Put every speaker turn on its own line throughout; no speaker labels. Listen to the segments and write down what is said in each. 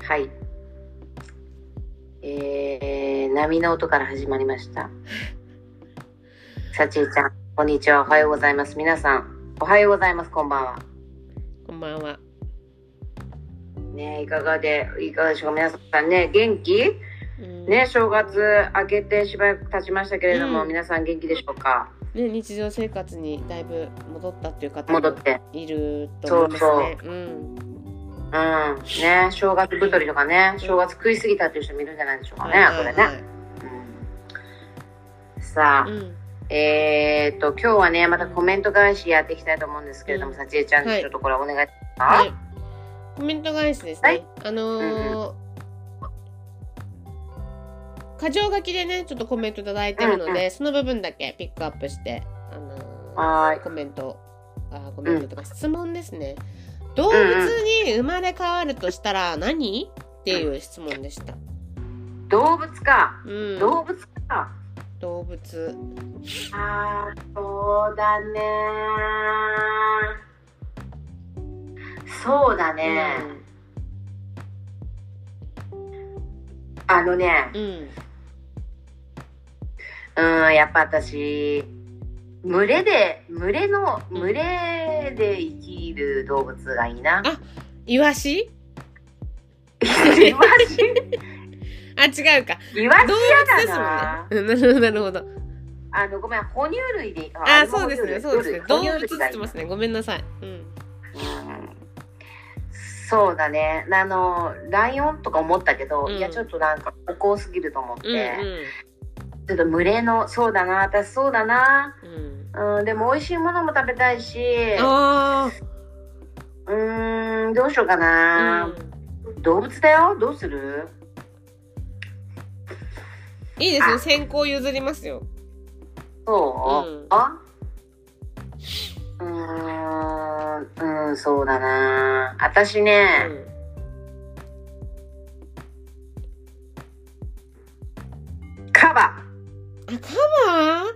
はい。えー、波の音から始まりました。さちえちゃん、こんにちは。おはようございます。皆さん、おはようございます。こんばんは。
こんばんは。
ねえいかがで、いかがでしょうか。皆さんね、元気
うん
ね、正月明けてしばらく経ちましたけれども、
うん
皆さん元気でしょうか
ね、日常生活にだいぶ戻ったっていう方
戻っ
も
て。
いると思いますね。うん。
うん。ね、正月太りとかね、正月食いすぎたっていう人もいるんじゃないでしょうかね、
はいはい
これ
は
ね。
い
うんさあ、
うん。
えー、と今日はねまたコメント返しやっていきたいと思うんですけれども、
うん
さちえちゃん、
はい
ちょっとこれお願いしますか、
はい。コメント返しですね。
はい
あのー、箇条書きでね、ちょっとコメントいただいてるので、
うん
その部分だけピックアップして、あの
はーい
コメント、あーコメントとか質問ですね。動物に生まれ変わるとしたら何っていう質問でした。
動物か、
うん。
動物か
動物。
あーそうだねそうだね、あのね
うん。
うんやっぱ私群れで群れの
うん
群れで生きる動物がいいな
あ。イワシ
イワシ
あ、違うか。
イワシ
動
嫌
物
だな。
ですもんね。なるほど、なるほど。
あのごめん哺乳類でいい
あ、
れも哺
そう
乳
ですね、
類
そうですね。動
哺乳
物
類
って言ってますね。ごめんなさい。うん。
うんそうだねあのライオンとか思ったけど、
うん
いやちょっとなんかおこすぎると思って、
うん、
ちょっと群れのそうだな私そうだな、
うん。うん。
うん、でも美味しいものも食べたいし
あ
うーんどうしようか
あ、
な
う、ん。
動物だよどうする
いいです
あ
ね。先行譲りますよ。
そう、
うん
あうーんうんそうだな私
う
ね、
ん。
カバ
あ、カバー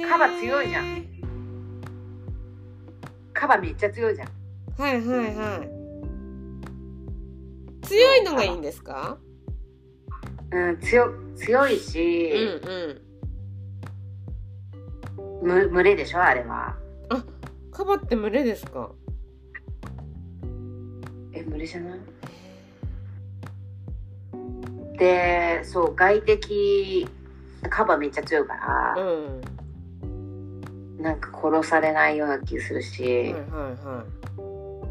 へー
カバ強いじゃん。カバめっちゃ強いじゃん
はいはいはい。強いのがいいんですか
うん、強強いうし、
んうん。
む群れでしょあれは
カバって群れですか
え群れじゃないでそう外敵カバめっちゃ強いか
う
ら、
ん。は
なんか殺されないような気する
い
し
はい、は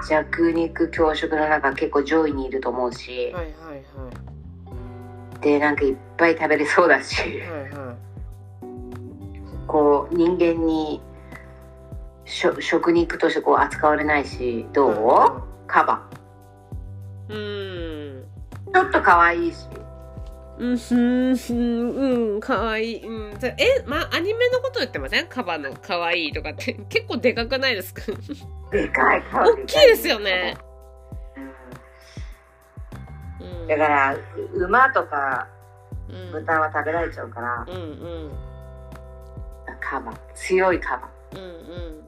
弱肉強食の中結構上位にいると思う
い。
し、
はいはい
でなんかいっぱい食べれそうだし、
はい。はいはい。
こう人間にしょ食肉としてこう扱われないしどう、カバ
うん。
ちょっと可愛いし
うん、うん、うん、かわいい。うん、それえ、ま、アニメのこと言ってませんカバのかわいいとかって。結構でかくないですか
でかいカバ
大きいですよね。うん
だからう馬とか
うん、
豚は食べられちゃうから、
うん、うん、
カバ強いカバ
うん、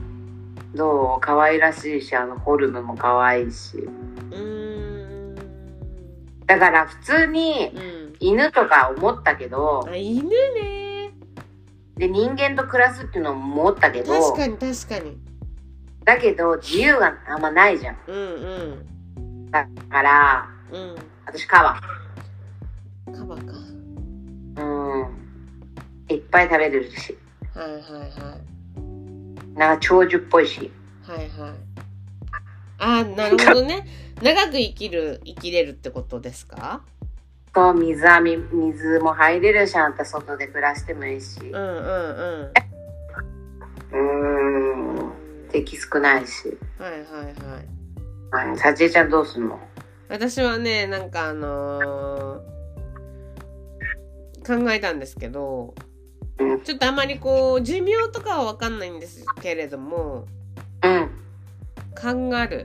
うん。
どう可愛らしいしあのフォルムも可愛いし
うーん。
だから普通に
うん。
犬とか思ったけど
あ、犬ね。
で人間と暮らすっていうのも思ったけ
確
ど
かに、確かに。
だけど自由があんまないじゃん
うん、うん。
だから
うん。
私カ
カバか。
バうんいっぱい食べれるし
はい、はい、はい。
なんか長寿っぽいし
はい、はい。あ、なるほどね。長く生きる、生きれるってことですか
そう水あみ水も入れるしあんた外で暮らしてもいいし
うん、うん、うん。
うん敵少ないし
はいはいはい。
うんさちえちゃんどうすんの
私はね、なんかあのー考えたんですけど
うん、
ちょっとあまりこう、寿命とかはわかんないんですけれども、
うん
カンガルー。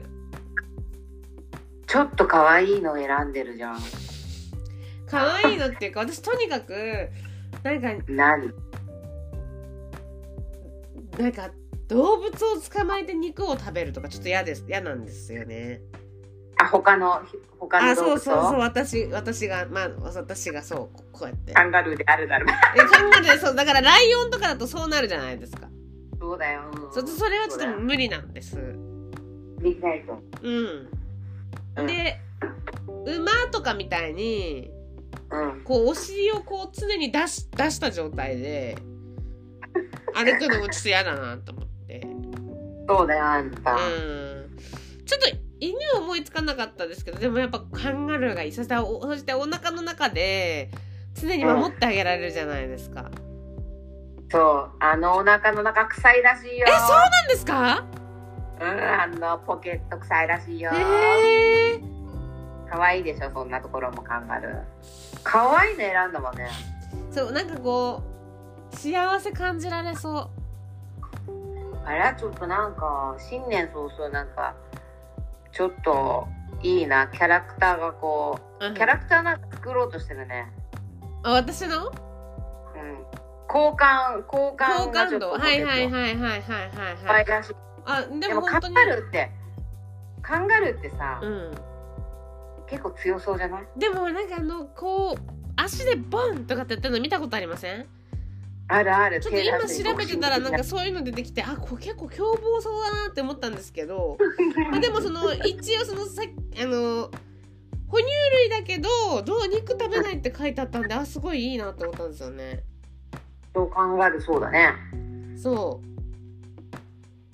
ちょっと可愛いの選んでるじゃん
可愛いのっていうか、私とにかく、なんか、
何
なんか、動物を捕まえて肉を食べるとかちょっと嫌です。嫌なんですよね。
あ、他の、他
あ
の
そ
動
う
物
そうそう
を
私私がまあ私がそうここうやって
カンガルーであるだろう。
え考えてそうだからライオンとかだとそうなるじゃないですか
そうだよ。うん
そそれはちょ
そ
っ
うだよ
と無理なんです
できないと。
う
うん
んで馬とかみたいに
うん。
こうお尻をこう常に出し出した状態で歩くのもちょっと嫌だなと思って
そうだよ、あんた。
うんちょっと犬は思いつかなかったですけどでもやっぱカンガルーがいささおそしてお腹の中で常に守ってあげられるじゃないですか。
そう。あのお腹の中臭いらしいよ。
えそうなんですか
うん、あのポケット臭いらしいよ。
へえ
可愛いでしょ、そんなところもカンガルー。可愛いの選んだもんね。
そうなんかこう幸せ感じられそ
あれはちょっとなんか、新年早々なんか、ちょっといいな、キャラクターがこ
う。うん
う、キャラクターなんか作ろうとしてるね。
あ私の
うん。交換、交
好
換が
感
ちょっ
度
とポケット。
はいはいはいはいはいはいは
可
い
愛。らしい。
あ
で
でも
もカ
本当
ン
に
ガルーって、カンガルーってさ、
うん。
結構強そうじゃない
でもなんかあのこう足でボンとかってやってるの見たことありません
あるある。
ちょっと今
手出し
調べてたらなんか
ボ
そういうの出てきてあこれ結構凶暴そうだなって思ったんですけ どまあでもその一応そのさあの哺乳類だけどどう肉食べないって書いてあったんであすごいいいなって思ったんですよね
クシング的なそうカンガルーそうだね。
そう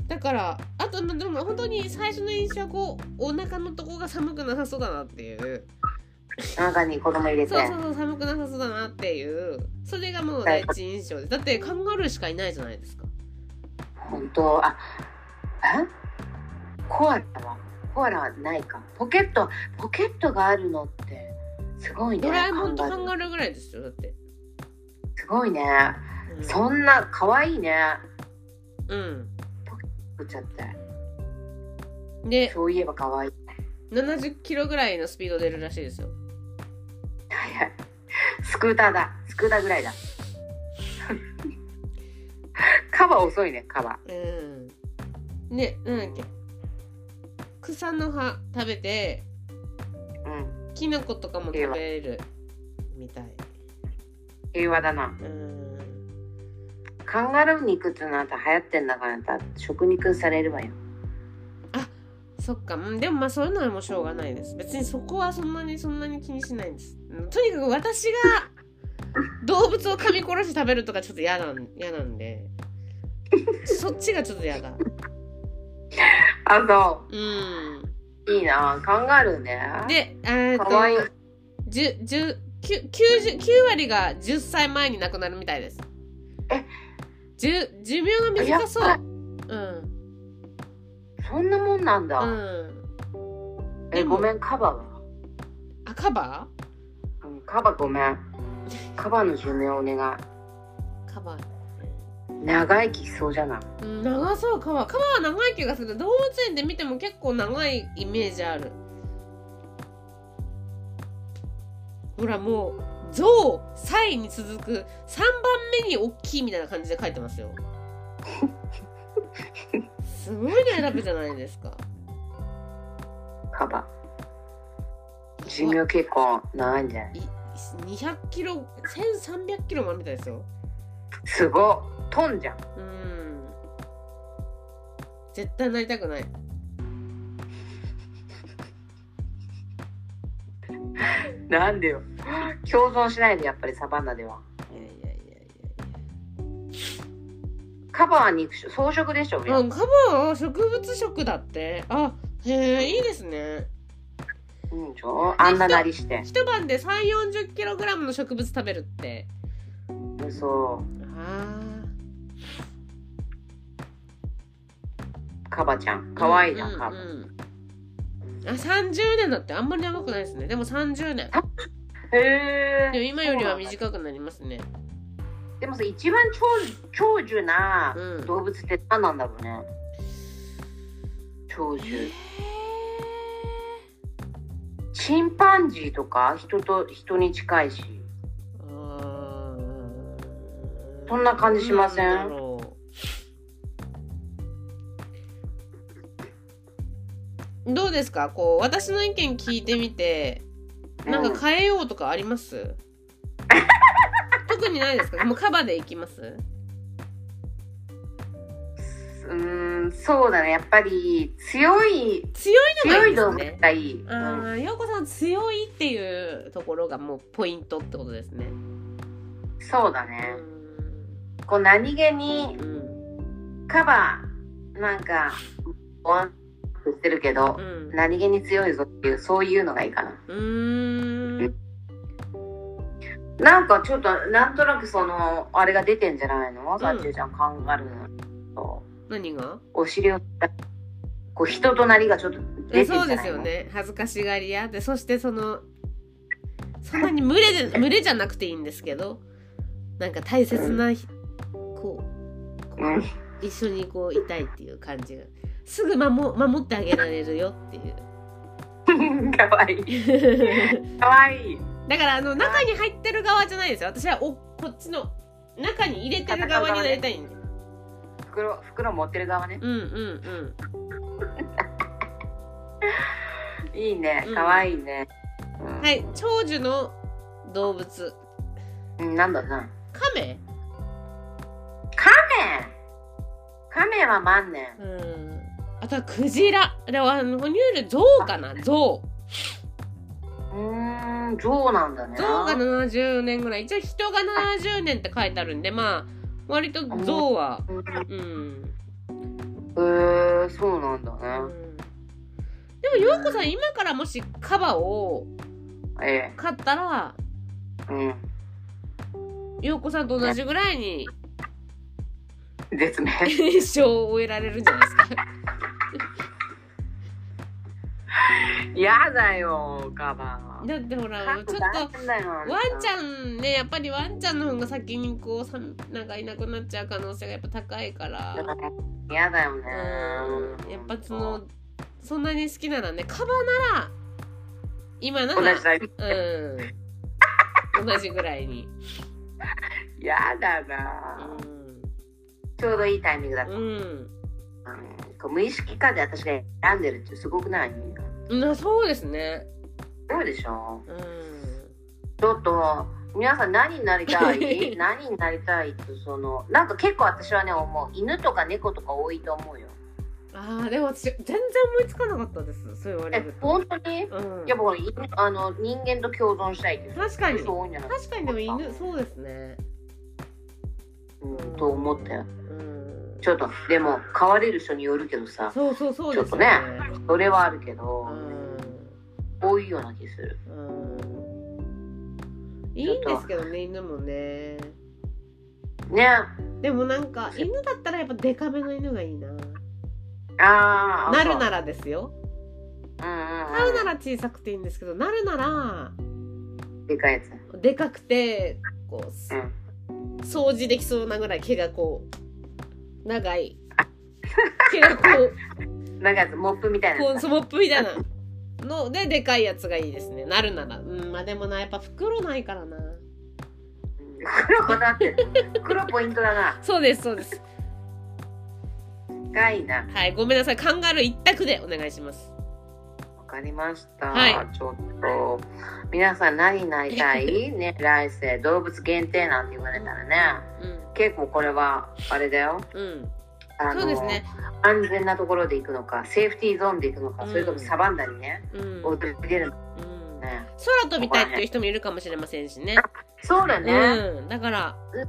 だからあとまあでも本当に最初の印象はこうお腹のとこが寒くなさそうだなっていう
中に子供入れて。
そうそうそう寒くなさそうだなっていうそれがもう第一印象ですだってカンガルーしかいないじゃないですか
本当あえコアラはコアラはないかポケットポケットがあるのってすごいね
ドラえもんとカンガ
ル
ルーぐらいですよだって、
ーすごいね
うん、
そんな可愛いね
うん
作っちゃって
で
そういえば可愛い
70キロぐらいのスピード出るらしいですよ
早いスクーターだスクーターぐらいだ カバ遅いねカバ
うんねなんだっけ草の葉食べて
うん
キノコとかも食べれるみたい
平和だな
うん
カンガルー肉っていうのはあんた流行ってんだからあんた食肉されるわよ
そっかうんでもまあそういうのはもうしょうがないです別にそこはそんなにそんなに気にしないんですうんとにかく私が動物を噛み殺して食べるとかちょっと嫌なん嫌なんでそっちがちょっと嫌だ
あそ
うん
ういいなカンガルーね
で、えーっと、
可愛い
じゅじゅきゅ90 9割が10歳前に亡くなるみたいです。
え
じゅ寿命が短そう
やっ。
うん。
そんなもんなんだ。
うん。
え、
でも
ごめん、カバは。
あ、カバ
うん、カバごめん。カバの寿命お願
ーカバー。
い。長生きしそうじゃない。
うん、長そう、カバー。カバーは長い気がする。動物園で見ても結構長いイメージある。ほら、もう、象、サイに続く3番目に大きいみたいな感じで書いてますよ。すごいね、ラブじゃないですか。
カバ。寿命結構長いんじゃない。
い200キロ1300キロもあるみたいですよ
すごっ。トンじゃん。
うん絶対なりたくない
なんでよ。共存しないで、やっぱりサバンナでは。
いやいやいやい
カバは肉食、草食でしょ。
やあカバーは植物食だってあへえいいですね
うん、ちょ。あんななりして。
一晩で3 4 0キログラムの植物食べるって
そ
あ
う。カバちゃん。
あ
可愛いじゃ、
うんん
カ
う
バ。
んあ30年だってあんまり長くないですねでも30年
へ
でも
え。
今よりは
そうなん
短くなりますね
だでもさ、一番長長寿な
うん
動物って何なんだろうね。長寿。チンパンジーとか人と人に近いしそんな感じしません
なんだろうどうですかこう私の意見聞いてみてなんか変えようとかあります 特にないですかもうカバでいきます
うん、うんそうだねやっぱり強い
強いのが
強
いい
い
です
動物
ね
がいい、
あー陽子さん強いっていうところがもうポイントってことですね
うんそうだ
う
ねこう何気に
んうん
カバーなんかボワンとしてるけど
う、ん
何気に強いぞっていうそういうのがいいかな
うーん
なんかちょっとなんとなくそのあれが出てんじゃないのさっちゅうちゃんカンガルーの
何が
お尻をこう人となりがちょっと出て
え
んじゃ
そう
ないの
ですよね恥ずかしがり屋でそしてそのそんなに群れで群れじゃなくていいんですけどなんか大切なひ、こうこう
うん
一緒にこういたいっていう感じがすぐ守守ってあげられるよってい う
かわいい。かわいい。
だからあの中に入ってる側じゃないですよ私はおこっちの中に入れてる側になりたいんで
袋、袋持ってる側ね。
うんうん
いいね
う。ん
かわいいね。
うんはい長寿の動物
い。うんなんだな。
カメ
カメは万年。
うんあとはクジラであの哺乳類ゾウかなゾウ
うーん、象なんだね。
ゾウが70年ぐらい一応人が70年って書いてあるんでまあ割とゾウは
うん
うん、
へえそうなんだ
う
ね。
ん、でもようこさん今からもしカバを
え
買ったら
え。う
ようこさんと同じぐらいに
ん。絶命。
一生を終えられるんじゃないですか
やだよ、カバー。
だってほら
カ
ちょ
バ
っ
大
と
変だよ
ワンちゃんねやっぱりワンちゃんの方が先にこうさなんかいなくなっちゃう可能性がやっぱ高いから
やだよね。
うんやっぱそのそんなに好きならねカバなら今な
同
ら
じだよ。
うん同じぐらいに、
やだ
う
な。
ん
ちょうどいいタイミングだった。
う
うんこう無意識化で私が選んでるってすごくない
ん、なそうですね
そうでしょ
うん
ちょっと皆さん何になりた い何になりたいってそのなんか結構私はね思う犬とか猫とか多いと思うよ
あーでも私全然思いつかなかったですそう言われ
え
ると、
本当に
うん
やっぱほら犬あの人間と共存したいっていう
確かに
人多いんじゃない、
確かにでも犬そうですね
うん、と思ったよ
うん
ちょっとでも飼われる人によるけどさ
そうそうそう
ち
で
ょっ
す
と
ね
ねそれはあるけ
う
ど
ん
多いような気する
うんいいんですけどね犬もね
ね
でもなんか犬だったらやっぱデカめの犬がいいな
ああ
なる
ら
ならですよ
うん
な
うん、う
る
ん、
なら小さくていいんですけどなるな
でかいやつ
らでかくてこうす
うん
掃除できそうなぐらい毛がこう 長い毛がこう
なんかやつモップみたいな
こう
やつ
スモップみたいなのででかいやつがいいですねなるならうんまあでもなやっぱ袋ないからな
黒 こだわってる黒ポイントだな
そうですそ うです
深いな
はいごめんなさいカンガルー一択でお願いします
わかりました。
は
ちょっと皆さん何になりた いね来世動物限定なんて言われたらね
うん
結構これはあれだよ
うん
あの
そうですね
安全なところで行くのかセーフティーゾーンで行くのか、
うん
それともサバンナにね
うん、う
踊
ん、
り出るのかね
空飛びたいっていう人もいるかもしれませんしね
そうだね、
うん、だから
うん、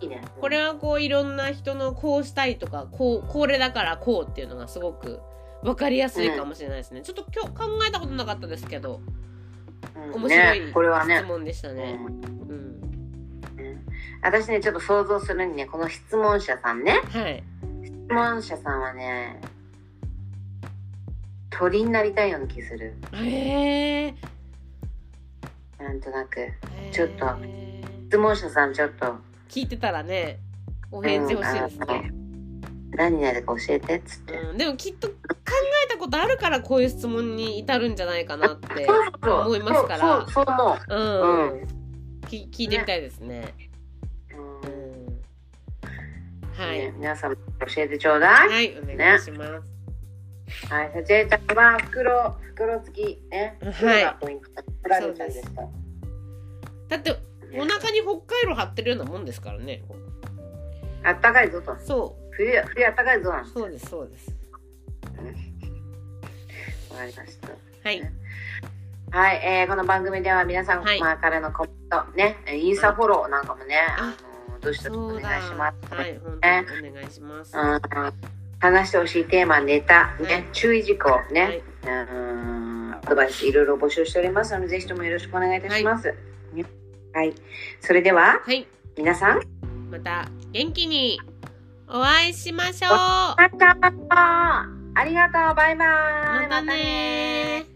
いいね
これはこういろんな人のこうしたいとかこうこれだからこうっていうのがすごく分かりやすいかもしれないですね、ちょっと今日考えたことなかったですけど
うん
面白
ね
い
これはね
質問でしたね
うん
うん、
うん私ねちょっと想像するにねこの質問者さんね
はい
質問者さんはね鳥になりたいような気する
へえ
なんとなくちょっと質問者さんちょっと
聞いてたらねお返事欲しいですね、
何々か教えてっつって、
うん、でもきっと考えたことあるからこういう質問に至るんじゃないかなって
そうそうそう
思いますから
そうそうそう思
うん、
う
き聞いてみたいですね
う
う
うん
んはい、
ね皆さん教えてちょうだい、
はいお願いします、
はい、さちえちゃんは袋、袋付きね。
はい
袋がポイント。プラルちゃんでした。
だってお腹に北海道張ってるようなもんですからね
あったかいぞと。
そ
冬、冬あったかいぞなん
うそうですそうです
わかりました。
はい
はい、えーこの番組では皆さん
はい
からのコメント、ね、えーインスタフォローなんかもね、
あ
あのどうしたらお
そ
願
う
い
だ
します。
はい本当にお願いしますは
うん話してほしいテーマ、ネタ、ね、
はい
注意事項、ね、
い
うん、アドバイスいろいろ募集しておりますので、ぜひともよろしくお願いいたします。ねはい、それでは
はい
皆さん、
また元気にお会いしましょう
またありがとう、バイバイ、
またねー